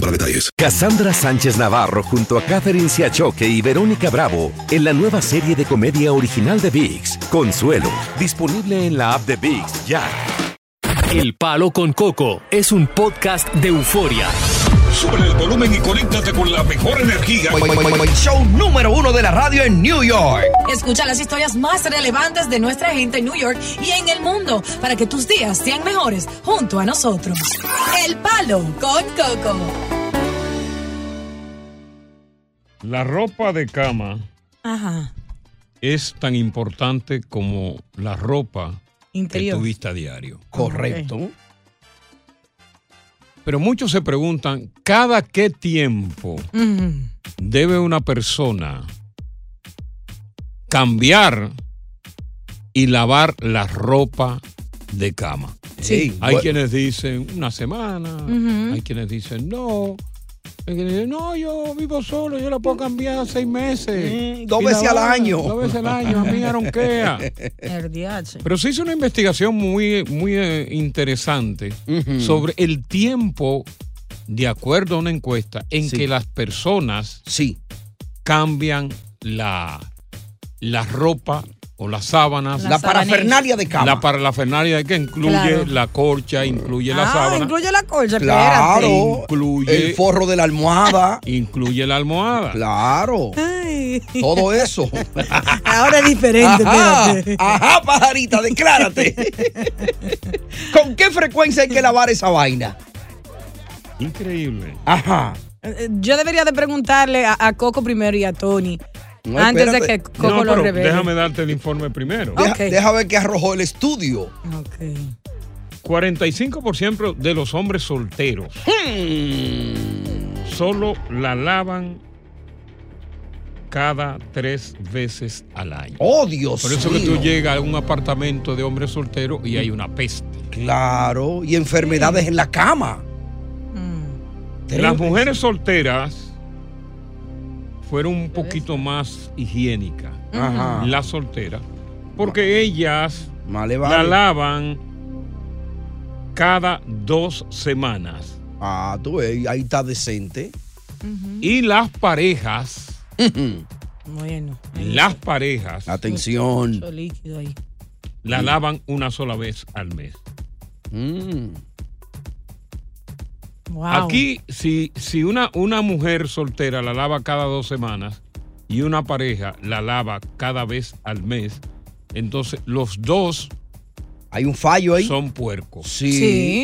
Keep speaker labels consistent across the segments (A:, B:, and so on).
A: para detalles.
B: Cassandra Sánchez Navarro junto a Catherine Siachoque y Verónica Bravo en la nueva serie de comedia original de VIX, Consuelo, disponible en la app de VIX ya.
C: El Palo con Coco es un podcast de euforia.
D: Sube el volumen y conéctate con la mejor energía.
E: Show número uno de la radio en New York.
F: Escucha las historias más relevantes de nuestra gente en New York y en el mundo para que tus días sean mejores junto a nosotros. El Palo con Coco.
G: La ropa de cama
F: Ajá.
G: es tan importante como la ropa de
F: Interior.
G: tu vista diario.
E: Correcto.
G: Pero muchos se preguntan, ¿cada qué tiempo
F: Mm.
G: debe una persona cambiar y lavar la ropa de cama?
F: Sí.
G: Hay
E: Bu-
G: quienes dicen una semana, hay quienes dicen no. Hay quienes dicen, no, yo vivo solo, yo la puedo cambiar seis meses.
E: Mm, dos
G: Y
E: veces al
G: lavar,
E: año.
G: Dos veces al año, a mí aronquea.
F: RDH.
G: Pero se hizo una investigación muy, muy eh, interesante
E: Ujú.
G: sobre el tiempo, de acuerdo a una encuesta, en
E: Sí.
G: que las personas
E: Sí.
G: cambian la, la ropa o las sábanas.
F: La
E: La parafernalia de cama.
G: La parafernalia que incluye
F: Claro.
G: la corcha, incluye la
F: ah,
G: sábana,
F: incluye la colcha,
E: Claro.
F: espérate.
G: Incluye-
E: El forro de la almohada.
G: incluye la almohada.
E: Claro.
F: Ay,
E: Todo eso.
F: ahora es diferente,
E: Ajá,
F: espérate.
E: ajá, pajarita, declárate. ¿Con qué frecuencia hay que lavar esa vaina?
G: Increíble.
E: Ajá.
F: Eh, eh, Yo debería de preguntarle a, a Coco primero y a Tony
E: No,
F: antes de
E: espérate.
F: que Coco
G: no,
F: lo
G: pero
F: revele.
G: déjame darte el informe primero.
F: Ah.
E: Deja,
F: Ok.
E: deja ver qué arrojó el estudio.
F: Ok.
G: 45% de los hombres solteros
F: Mm.
G: solo la lavan cada tres veces al año.
E: Oh, Dios
G: Por eso que tú
E: mío.
G: llegas a un apartamento de hombres solteros y hay una peste.
E: Claro, y enfermedades en la cama.
F: Mm.
G: Las mujeres solteras fueron un poquito más higiénicas,
E: Ajá.
F: Mm.
G: las solteras, porque ellas
E: Más le
G: la
E: vale.
G: lavan cada dos semanas.
E: Ah, tú ves, ahí está decente.
G: Y las parejas,
F: Bueno. Hay
G: las parejas,
E: Atención.
F: mucho líquido ahí.
G: la lavan una sola vez al mes.
E: Mm.
F: Wow.
G: Aquí, si, si una, una mujer soltera la lava cada dos semanas y una pareja la lava cada vez al mes, entonces los dos
E: Hay un fallo ahí.
G: son puercos.
E: Sí.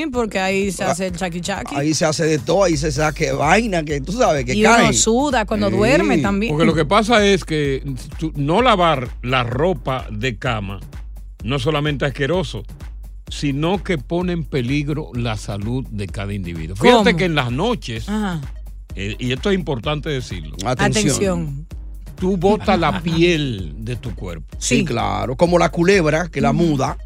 E: ah,
F: Sí, porque ahí se hace el chaki chaki.
E: Ahí se hace de todo, ahí se saque vaina que tú sabes que
F: Y
E: cae.
F: uno suda cuando
E: Sí,
F: duerme también.
G: Porque lo que pasa es que tú- no lavar la ropa de cama no es solamente asqueroso, sino que pone en peligro la salud de cada individuo.
F: ¿Cómo? Ah.
G: Fíjate que en las noches,
F: Ajá.
G: eh, y esto es importante decirlo,
E: Atención.
F: Atención.
G: tú botas la piel de tu cuerpo.
E: Sí.
F: Sí.
E: claro. Como la culebra que la muda.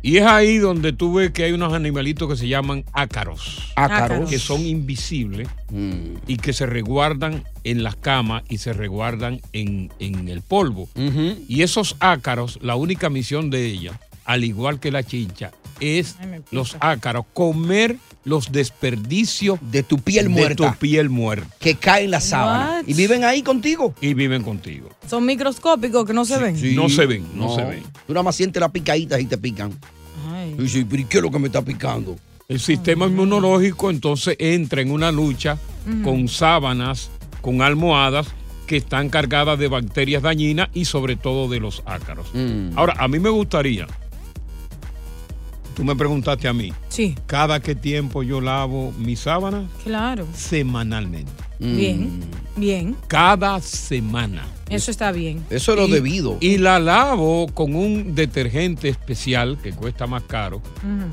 G: Y es ahí donde tú ves que hay unos animalitos que se llaman ácaros,
E: Ácaros.
G: que son invisibles
E: Mm.
G: y que se reguardan en las camas y se reguardan en, en el polvo.
E: Ujú.
G: Y esos ácaros, la única misión de ella, al igual que la chincha, es
F: Ay, me pica.
G: los ácaros comer los desperdicios
E: De tu piel
G: de
E: muerta.
G: tu piel muerta
E: que cae en la sábana.
F: What?
E: Y viven ahí contigo.
G: y viven contigo.
F: Son microscópicos que no se ven.
G: No se ven, no se ven.
E: Tú nada más sientes las picaditas y te pican. Y
F: Ay.
E: dices, ¿pero y qué es lo que me está picando?
G: El sistema inmunológico entonces entra en una lucha con sábanas, con almohadas que están cargadas de bacterias dañinas y sobre todo de los ácaros.
E: Mm.
G: Ahora, a mí me gustaría, tú me preguntaste a mí,
F: Sí,
G: cada qué tiempo yo lavo mis sábanas
F: claro.
G: semanalmente.
E: Mm.
F: Bien, bien.
G: cada semana.
F: Eso está bien.
E: Eso es lo
G: Y-
E: debido.
G: Y la lavo con un detergente especial que cuesta más caro,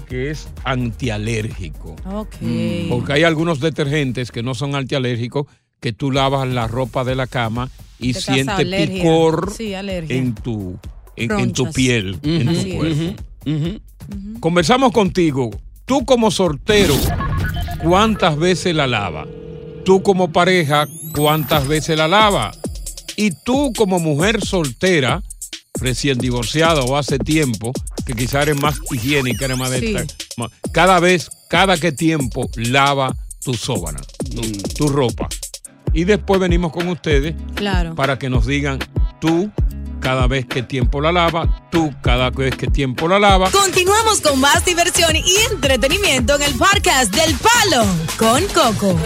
G: que es antialérgico.
F: Ok.
E: Mm,
G: Porque hay algunos detergentes que no son antialérgicos, que tú lavas la ropa de la cama
F: Te
G: y
F: causa
G: siente
F: alergia.
G: picor
F: Sí, alergia.
G: en tu, en, en tu
F: Ronchas.
G: piel, en
F: Así
G: tu
F: es.
G: cuerpo. Conversamos contigo. Tú como sortero, ¿cuántas veces la lava? Tú como pareja, ¿cuántas veces la lava? Y tú como mujer soltera, recién divorciada o hace tiempo, que quizás eres más higiénica, eres más de
F: Sí.
G: esta- ma- cada vez, cada qué tiempo lava tu sóbana, tu, tu ropa. Y después venimos con ustedes
F: Claro.
G: para que nos digan tú cada vez que tiempo la lava, tú cada vez que tiempo la lava.
F: Continuamos con más diversión y entretenimiento en el podcast del Palo con Coco.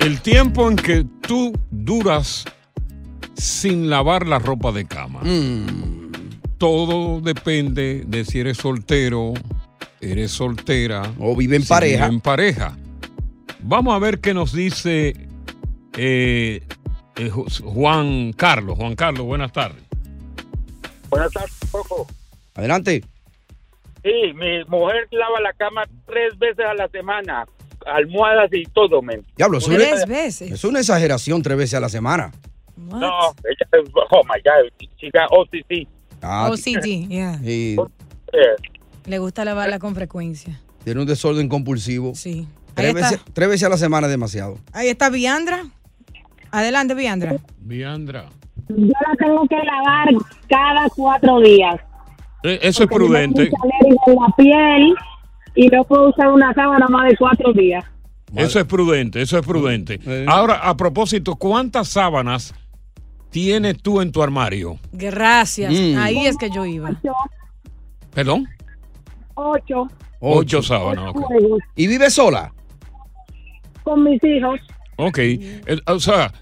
G: El tiempo en que tú duras sin lavar la ropa de cama.
E: Mm.
G: Todo depende de si eres soltero, eres soltera.
E: O vive en
G: si
E: pareja.
G: vive En pareja. Vamos a ver qué nos dice eh, eh, Ju- Juan Carlos. Juan Carlos, buenas tardes.
H: Buenas tardes, Coco.
E: Adelante.
H: Sí, mi mujer lava la cama tres veces a la semana, almohadas y todo, men.
E: Diablo, eso es,
F: Tres
E: una,
F: veces.
E: es una exageración tres veces a la semana.
F: What?
H: No, ella es, oh my God, chica, oh sí, sí.
E: Ah,
F: Oh, OCD, yeah.
E: y
H: Eh,
F: Le gusta lavarla con frecuencia.
E: tiene un desorden compulsivo.
F: Sí. Ahí
E: Tres
F: está.
E: veces, tres veces a la semana es demasiado.
F: Ahí está Viandra. Adelante, Viandra.
G: Viandra.
I: Yo la tengo que lavar cada cuatro días.
G: Eh, Eso es
I: Porque me da
G: prudente.
I: mucha alergia en la piel y no puedo usar una sábana más de cuatro días.
G: Eso es prudente, eso es prudente.
E: Eh.
G: Ahora, a propósito, ¿cuántas sábanas tienes tú en tu armario?
F: Gracias.
E: Mm.
F: Ahí es que yo iba.
I: Yo,
G: ¿Perdón?
I: ocho,
G: Ocho,
E: Ah,
G: sábanas, ok.
I: juegos
E: ¿Y vive sola?
I: con mis hijos.
G: Ok, el- o sea,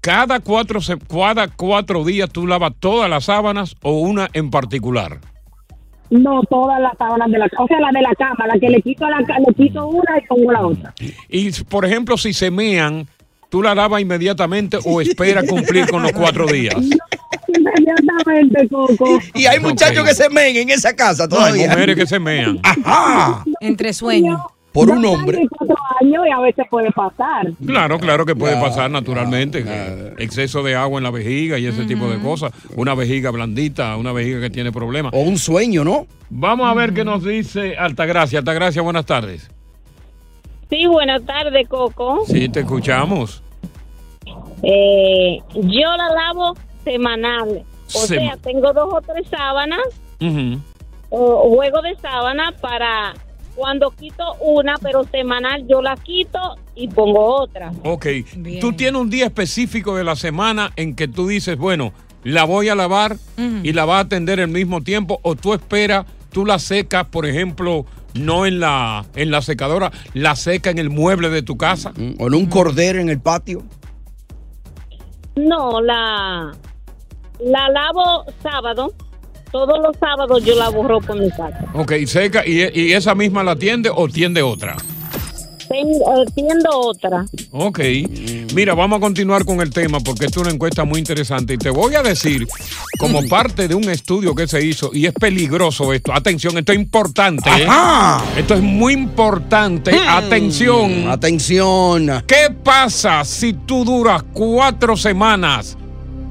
G: cada cuatro, se- cada cuatro días tú lavas todas las sábanas o una en particular.
I: No todas las sábanas de la cama, o sea, la de la cama, la que le quito, la, ca- le quito una y pongo la otra.
G: Y, por ejemplo, si se mean, ¿tú la lavas inmediatamente o espera cumplir con los cuatro días?
I: Inmediatamente, Coco.
E: Y hay muchachos
G: Ok.
E: que se meen en esa casa
G: No, hay
E: todavía.
G: mujeres que se mean.
E: Ah, Ajá.
F: Entre sueños.
E: Por
I: Ya
E: un
I: están
E: hombre.
I: de cuatro años y a veces puede pasar.
G: Claro, claro que puede
E: Ya,
G: pasar naturalmente. que Exceso de agua en la vejiga y ese tipo de cosas. Una vejiga blandita, una vejiga que tiene problemas.
E: O un sueño, ¿no?
G: Vamos a ver qué nos dice Altagracia. Altagracia, buenas tardes.
I: Sí, buenas tardes,
E: Oh.
I: Coco.
G: Sí, te escuchamos.
I: Eh, yo la lavo semanal.
G: Sema-
I: O sea, tengo dos o tres sábanas,
G: Ujú.
I: o juego de sábana para cuando quito una, pero semanal yo la quito y pongo otra.
G: Ok.
F: Bien.
G: Tú tienes un día específico de la semana en que tú dices, bueno, la voy a lavar y la vas a atender al mismo tiempo o tú esperas, tú la secas, por ejemplo, no en la, en la secadora, la seca en el mueble de tu casa.
E: Mm, O en un cordero en el patio.
I: No, la, la lavo sábado. Todos los sábados yo lavo ropa en mi casa.
G: Ok, seca. ¿Y, y esa misma la tiende o tiende otra?
I: Tengo, eh, tiendo otra.
G: Ok. Mira, vamos a continuar con el tema porque esto es una encuesta muy interesante. Y te voy a decir, como parte de un estudio que se hizo, y es peligroso esto, atención, esto es importante. ¿eh?
E: Ajá.
G: Esto es muy importante. Atención.
E: Mm. Atención.
G: ¿Qué pasa si tú duras cuatro semanas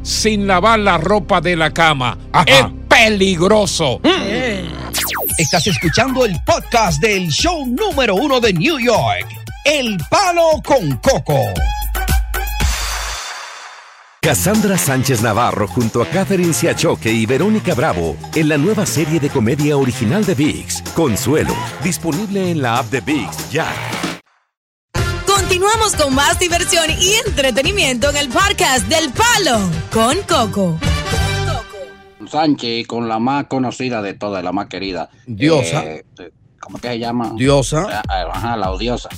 G: sin lavar la ropa de la cama?
E: Ajá.
G: Es peligroso.
F: Mm.
G: Mm.
E: Estás escuchando el podcast del show número uno de New York. El palo con coco.
B: Cassandra Sánchez Navarro junto a Catherine Siachoque y Verónica Bravo en la nueva serie de comedia original de VIX, Consuelo, disponible en la app de VIX ya.
F: Continuamos con más diversión y entretenimiento en el podcast del Palo con Coco.
J: Sánchez con la más conocida de todas, la más querida.
E: Diosa.
J: Eh, ¿Cómo que se llama?
E: Diosa.
J: Ah, ah, Ajá, la odiosa.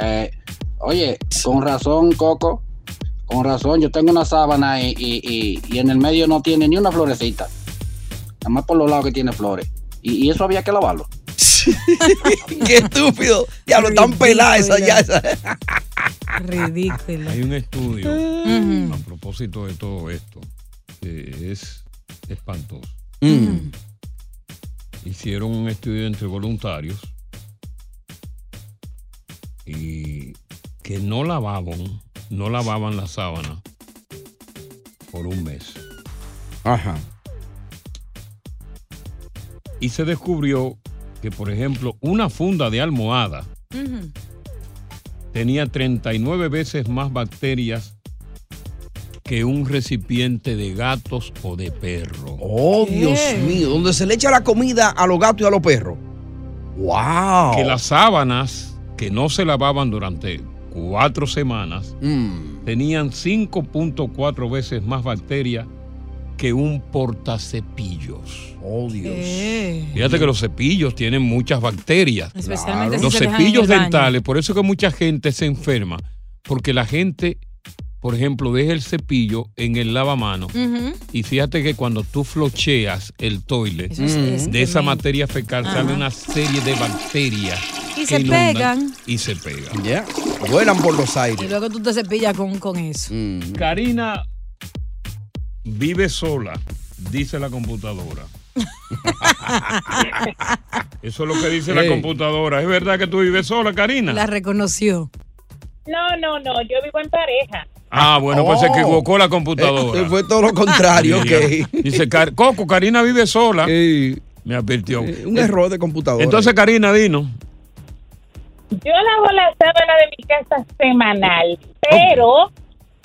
J: Eh, oye, con razón, Coco, con razón, yo tengo una sábana y, y- y- y en el medio no tiene ni una florecita. Nada más por los lados que tiene flores. Y, y eso había que lavarlo.
E: Qué estúpido. Diablo, tan pelada esa ya. esa.
F: Ridículo.
G: Hay un estudio
F: Ujú.
G: a propósito de todo esto que es espantoso. Mm. Hicieron un estudio entre voluntarios y que no lavaban, no lavaban la sábana por un mes.
E: Ajá.
G: Y se descubrió que, por ejemplo, una funda de almohada
F: Ujú.
G: tenía 39 veces más bacterias que un recipiente de gatos o de perro.
E: Oh, Dios mío. Donde se le echa la comida a los gatos y a los perros. ¡Wow!
G: Que las sábanas que no se lavaban durante cuatro semanas tenían 5.4 veces más bacterias que un portacepillos.
E: Oh, Dios.
F: Eh,
G: Fíjate que los cepillos tienen muchas bacterias.
F: Especialmente si
G: los
F: se dejan en
G: cepillos
F: el baño.
G: dentales, por eso que mucha gente se enferma, porque la gente, por ejemplo, deja el cepillo en el lavamanos
F: Ujú.
G: y fíjate que cuando tú flocheas el toilet,
F: Eso es-
G: mm,
F: es
G: de esa
F: tremendo.
G: materia fecal sale
F: Ajá.
G: una serie de bacterias.
F: Y
G: que
F: se
G: inundan
F: pegan.
G: Y se pegan.
E: Ya. Vuelan por los
F: Y
E: aires.
F: luego tú te cepillas con, con eso.
G: Mm. Karina vive sola, dice la computadora. Eso es lo que dice la
E: Ey.
G: computadora. ¿Es verdad que tú vives sola, Karina?
F: La reconoció.
I: No, no, no, yo vivo en pareja.
G: Ah, bueno, pues se
E: Oh.
G: equivocó la computadora.
E: Eh, fue todo lo contrario,
G: Sí,
E: ok.
G: ya. Dice, Car- Coco, Karina vive sola.
E: Eh,
G: Me advirtió.
E: un error de computadora.
G: Eh, Entonces, Karina, dinos.
I: Yo lavo la sábana de mi casa semanal, pero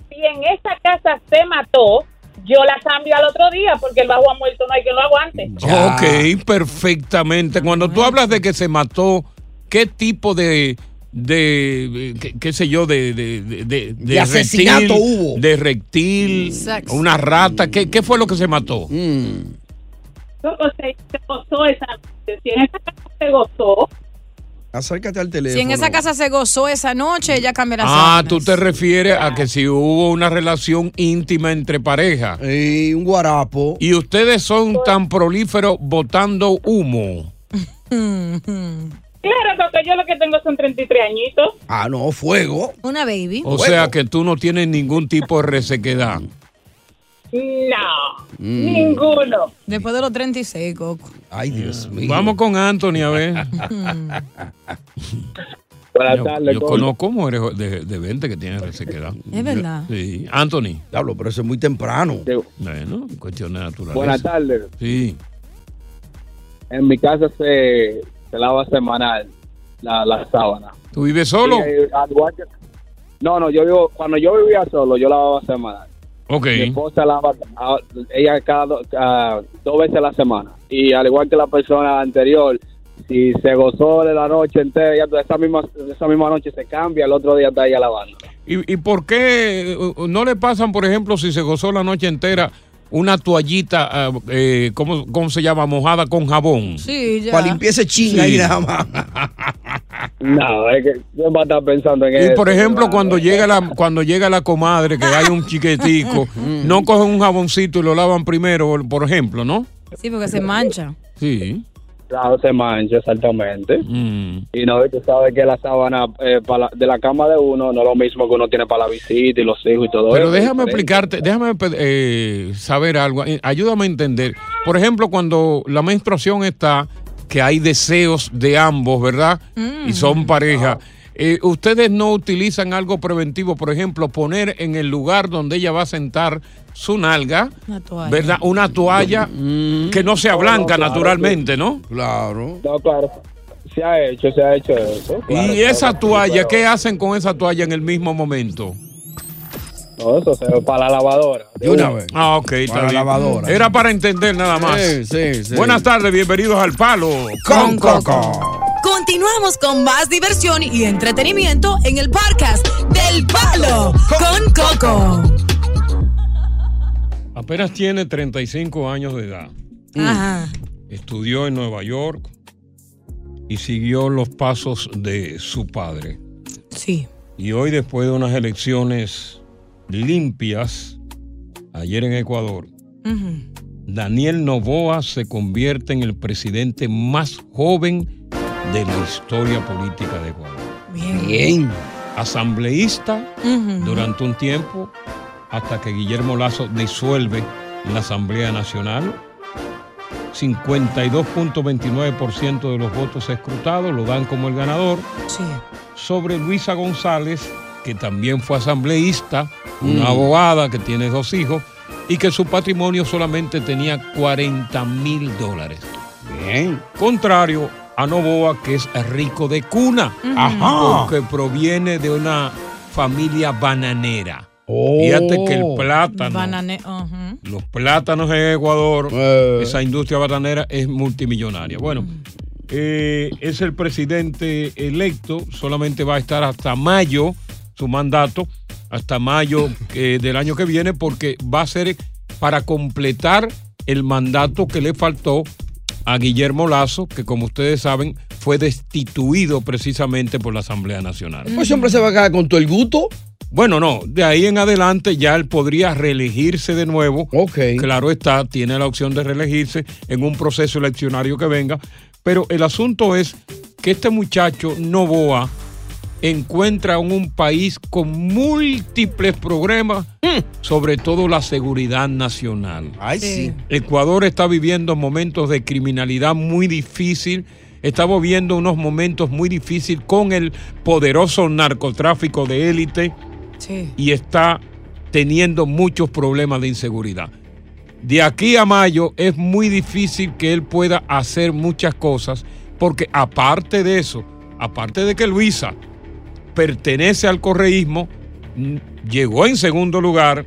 I: si en esa casa se mató, yo la cambio al otro día porque el bajo ha muerto, no hay quien lo aguante.
E: Ya.
G: Ok, perfectamente. Cuando tú hablas de que se mató, ¿qué tipo de, de eh, qué, qué sé yo, de, de, de, de- de
E: asesinato hubo.
G: De reptil,
F: Exacto.
G: una rata, ¿qué, qué fue lo que se mató?
E: Mm.
I: ¿Cómo se, se gozó esa noche? Si en esa casa se gozó,
E: Acércate al teléfono.
F: Si en esa casa se gozó esa noche, ella cambia la
G: Ah,
F: sábanas.
G: tú te refieres a que si hubo una relación íntima entre pareja
E: Eh, un guarapo.
G: y ustedes son tan prolíferos botando humo.
I: claro, porque yo lo que tengo son 33 añitos.
E: Ah, no, fuego.
F: Una baby.
G: O
E: Bueno.
G: sea que tú no tienes ningún tipo de resequedad.
I: No, ninguno.
F: Después de los 36, Coco.
E: Ay, Dios mío.
G: Vamos con Anthony a ver.
H: Buenas
G: Yo,
H: tardes,
G: yo conozco mujeres de, de 20 que tienen resequedad.
F: Es verdad.
G: Sí, Anthony.
E: Diablo, pero eso es muy temprano.
G: Bueno, cuestión de naturaleza.
H: Buenas tardes.
G: Sí.
H: En mi casa se, se lava semanal la, la sábana.
G: ¿Tú vives solo?
H: Y, eh, al igual que- no, no, yo vivo, cuando yo vivía solo, yo lavaba semanal.
G: Ok.
H: Mi esposa lava, a- ella cada do- a- dos veces a la semana. Y al igual que la persona anterior, si se gozó de la noche entera, ella esa misma, esa misma noche se cambia, el otro día está ella lavando.
G: ¿Y, y por qué eh, no le pasan, por ejemplo, si se gozó la noche entera, una toallita, ah, eh, ¿cómo, cómo se llama? Mojada con jabón.
F: Sí, ya.
E: Para limpieza chinga
G: Sí.
E: y nada más.
H: No, es que yo va a estar pensando en eso.
G: Y por ejemplo,
H: hermano?
G: cuando llega la cuando llega la comadre que hay un chiquetico, no cogen un jaboncito y lo lavan primero, por ejemplo, ¿no?
F: Sí, porque se mancha.
G: Sí.
H: Claro, se mancha, exactamente.
G: Mm.
H: Y no, y tú sabes que la sábana eh, pa' la- de la cama de uno no es lo mismo que uno tiene para la visita y los hijos y todo eso.
G: Pero déjame
H: Es diferente.
G: explicarte, déjame eh, saber algo, eh, ayúdame a entender. Por ejemplo, cuando la menstruación está, que hay deseos de ambos, ¿verdad?
F: Mm.
G: Y son pareja. eh, ¿Ustedes no utilizan algo preventivo? Por ejemplo, poner en el lugar donde ella va a sentar su nalga,
F: Una toalla.
G: ¿verdad? Una toalla que no sea
H: No, no,
G: blanca,
H: claro,
G: naturalmente, ¿no?
E: Claro.
H: No, claro. Se ha hecho, se ha hecho eso. claro,
G: y esa
H: claro,
G: toalla,
H: pero-
G: ¿qué hacen con esa toalla en el mismo momento?
H: No, eso se para la lavadora.
E: De una vez.
G: Ah, ok, está
E: Para la
G: bien.
E: lavadora.
G: Era para entender nada más.
E: Sí, sí, sí.
G: Buenas tardes, bienvenidos al Palo.
E: Con Coco.
F: Continuamos con más diversión y entretenimiento en el podcast del Palo con Coco.
G: Apenas tiene 35 años de edad.
F: Ajá.
G: Estudió en Nueva York y siguió los pasos de su padre.
F: Sí.
G: Y hoy, después de unas elecciones limpias, ayer en Ecuador,
F: Ujú.
G: Daniel Novoa se convierte en el presidente más joven de la historia política de Ecuador.
F: Bien.
G: Asambleísta
F: Ujú.
G: durante un tiempo hasta que Guillermo Lazo disuelve la Asamblea Nacional. 52.29% de los votos escrutados lo dan como el ganador
F: Sí.
G: sobre Luisa González, que también fue asambleísta, una
J: Mm.
G: abogada que tiene dos hijos y que su patrimonio solamente tenía 40 mil dólares.
J: Bien.
G: Contrario a Novoa, que es rico de cuna,
J: Ajá.
G: porque proviene de una familia bananera.
E: Oh.
G: Fíjate que
J: Oh.
G: el plátano,
F: Banane. ujú.
G: los plátanos en Ecuador,
J: Eh.
E: Eh,
G: esa industria bananera es multimillonaria. Bueno, eh, es el presidente electo, solamente va a estar hasta mayo su mandato, hasta mayo eh, del año que viene, porque va a ser para completar el mandato que le faltó a Guillermo Lazo, que como ustedes saben fue destituido precisamente por la Asamblea Nacional.
E: Mm.
K: Pues siempre se va a quedar con todo el gusto.
G: Bueno, no, de ahí en adelante ya él podría reelegirse de
E: Oh,
G: nuevo. Claro está, tiene la opción de reelegirse en un proceso eleccionario que venga. Pero el asunto es que este muchacho Novoa encuentra un país con múltiples problemas, sobre todo la seguridad nacional.
K: sí.
G: Ecuador está viviendo momentos de criminalidad muy difícil. Estamos viendo unos momentos muy difíciles con el poderoso narcotráfico de élite
F: Sí.
G: y está teniendo muchos problemas de inseguridad. De aquí a mayo es muy difícil que él pueda hacer muchas cosas, porque aparte de eso, aparte de que Luisa pertenece al correísmo, n- llegó en segundo lugar,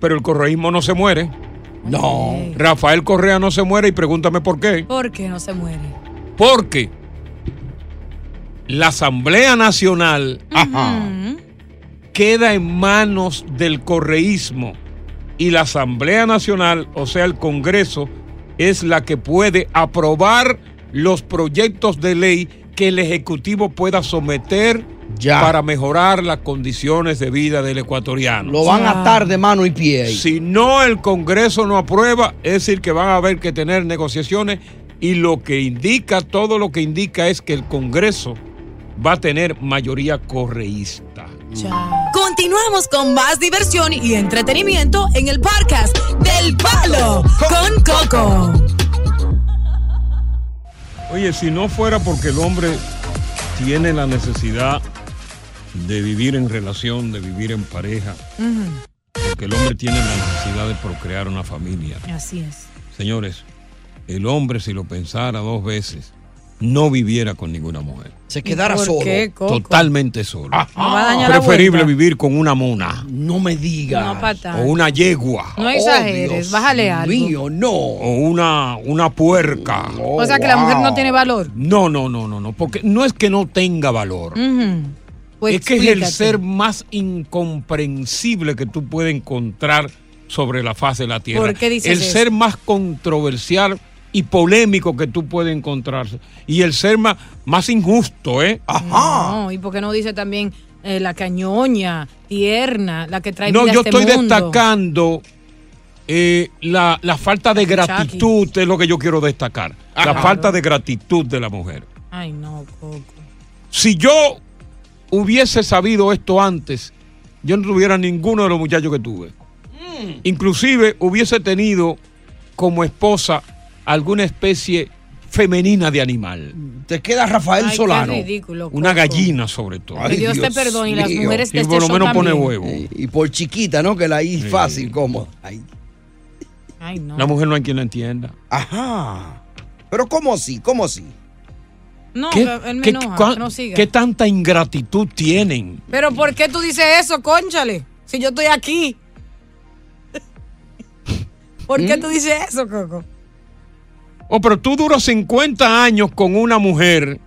G: pero el correísmo no se muere. No. Rafael Correa no se muere y pregúntame por qué.
F: ¿Por qué no se muere?
G: Porque la Asamblea Nacional queda en manos del correísmo y la Asamblea Nacional, o sea, el Congreso, es la que puede aprobar los proyectos de ley que el Ejecutivo pueda someter para mejorar las condiciones de vida del ecuatoriano.
K: Lo van a atar de mano y pie. ahí.
G: Si no el Congreso no aprueba, es decir, que van a haber que tener negociaciones y lo que indica, todo lo que indica es que el Congreso va a tener mayoría correísta.
F: Continuamos con más diversión y entretenimiento en el podcast del Palo con Coco.
G: Oye, si no fuera porque el hombre tiene la necesidad de vivir en relación, de vivir en pareja, porque el hombre tiene la necesidad de procrear una familia.
F: Así es.
G: Señores, el hombre si lo pensara dos veces, no viviera con ninguna mujer.
K: Se quedara
F: ¿Por
K: solo.
F: qué, Coco?
G: Totalmente solo.
F: Me va a dañar la
G: Preferible
F: vuelta.
G: vivir con una mona
K: No me digas.
F: No, pata.
G: o una yegua
F: No exageres, bájale algo.
K: Mío, no.
G: o una, una puerca.
F: o sea que la mujer no tiene valor.
G: No, no, no, no, no, porque no es que no tenga valor.
F: Ujú. Pues
G: es que es el
F: explícate.
G: ser más incomprensible que tú puedes encontrar sobre la faz de la tierra.
F: ¿Por qué dices
G: el
F: eso?
G: ser más controversial y polémico que tú puedes encontrar. Y el ser más, más injusto, ¿eh?
F: Ah. No, y por qué no dice también eh, la cañoña, tierna, la que trae
G: No,
F: vida a
G: yo
F: este
G: estoy
F: mundo?
G: destacando eh, la, la falta de
F: Chucky.
G: gratitud, es lo que yo quiero destacar. La
F: Claro.
G: falta de gratitud de la mujer.
F: Ay, no, Coco.
G: Si yo hubiese sabido esto antes, yo no tuviera ninguno de los muchachos que tuve. Inclusive hubiese tenido como esposa alguna especie femenina de animal.
K: Te queda Rafael
F: Ay,
K: Solano.
F: qué ridículo. Coco.
G: Una gallina sobre todo.
K: Ay,
F: Que Dios, te
K: Dios
F: perdone y las
K: mío.
F: mujeres de
G: y por
F: este
G: lo
F: show
G: menos pone
F: también.
G: huevo.
K: Eh, Y por chiquita, ¿no? Que la I fácil, ¿cómo? Ay.
F: Ay, no.
G: La mujer no hay quien la entienda.
K: Ajá. Pero ¿cómo así? ¿Cómo así?
F: No, él me
G: qué-
F: enoja,
G: cuán-
F: que no siga.
G: qué tanta ingratitud tienen?
F: Pero ¿por qué tú dices eso, conchale? Si yo estoy aquí. ¿Por
G: ¿Mm?
F: qué tú dices eso, Coco?
G: Oh, pero tú duras 50 años con una mujer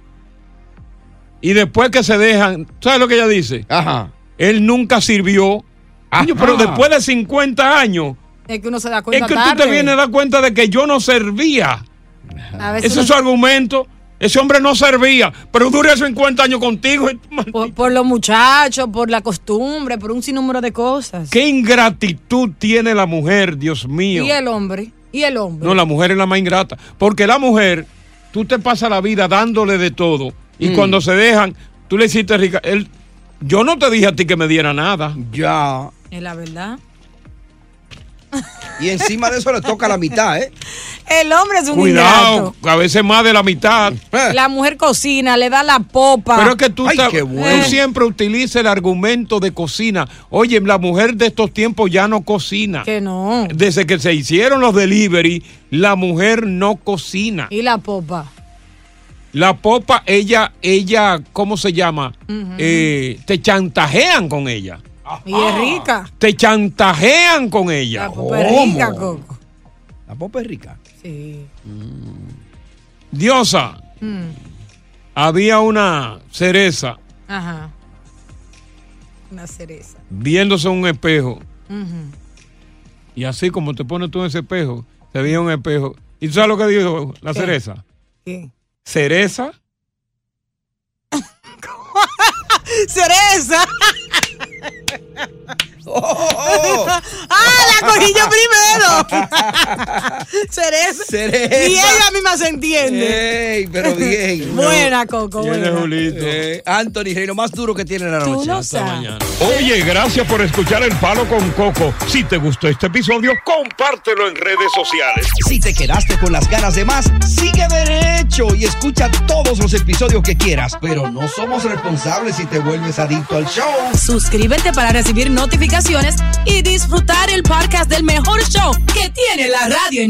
G: y después que se dejan, ¿sabes lo que ella dice?
K: Ajá.
G: Él nunca sirvió. Coño, pero después de 50 años,
F: Es que uno se da cuenta
G: es que tú
F: tarde.
G: te vienes a dar cuenta de que yo no servía.
F: A veces
G: Ese es su
F: uno-
G: argumento. Ese hombre no servía, pero duré 50 años contigo.
F: por, por los muchachos, por la costumbre, por un sinnúmero de cosas.
G: Qué ingratitud tiene la mujer, Dios mío.
F: Y el hombre, y el hombre.
G: No, la mujer es la más ingrata. Porque la mujer tú te pasas la vida dándole de todo y
E: Mm.
G: cuando se dejan, tú le hiciste rica. Él, yo no te dije a ti que me diera nada.
E: Ya.
F: Es la verdad.
E: Y encima de eso le toca la mitad, ¿eh?
F: El hombre es un Eh,
G: Cuidado, a veces más de la mitad.
F: ingrato. La mujer cocina, le da la popa.
G: Pero es que tú, sab-
F: bueno.
G: tú siempre utilizas el argumento de cocina. Oye, la mujer de estos tiempos ya no cocina.
F: Que no.
G: Desde que se hicieron los delivery, la mujer no cocina.
F: Y la popa.
G: La popa, ella, ella, ¿cómo se llama?
F: Ujú.
G: Eh, te chantajean con ella.
F: Y
G: Ah.
F: es rica.
G: Te chantajean con ella.
F: Popa es rica, Coco.
E: La popa es rica.
F: Sí.
G: Diosa,
F: Mm,
G: había una cereza
F: Ajá. Una cereza.
G: viéndose en un espejo.
F: Ujú.
G: Y así como te pones tú en ese espejo, se veía un espejo. ¿Y tú sabes lo que dijo la
F: ¿Qué?
G: cereza?
F: ¿Qué?
G: Cereza.
F: ¡Cereza! ¡Ah, la cogí yo primero! ¡Cereza!
E: Cereza. Eh,
F: Y ella misma se entiende.
E: Ey, pero bien.
F: Buena, Coco,
E: Tiene
F: buena.
G: Julito.
E: Anthony Rey, lo más duro que tiene la
F: Tú
E: noche.
F: lo
E: Hasta
F: sabes.
E: mañana.
L: Oye, gracias por escuchar El Palo con Coco. Si te gustó este episodio, compártelo en redes sociales.
E: Si te quedaste con las ganas de más, sigue derecho y escucha todos los episodios que quieras. Pero no somos responsables si te vuelves adicto al show.
F: Suscríbete para recibir notificaciones y disfrutar el podcast del mejor show que tiene la radio en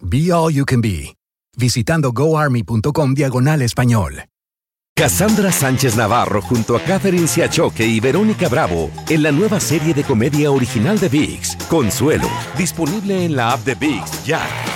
M: Be All You Can Be, visitando goarmy.com diagonal español.
B: Cassandra Sánchez Navarro junto a Catherine Siachoque y Verónica Bravo en la nueva serie de comedia original de VIX, Consuelo, disponible en la app de VIX ya.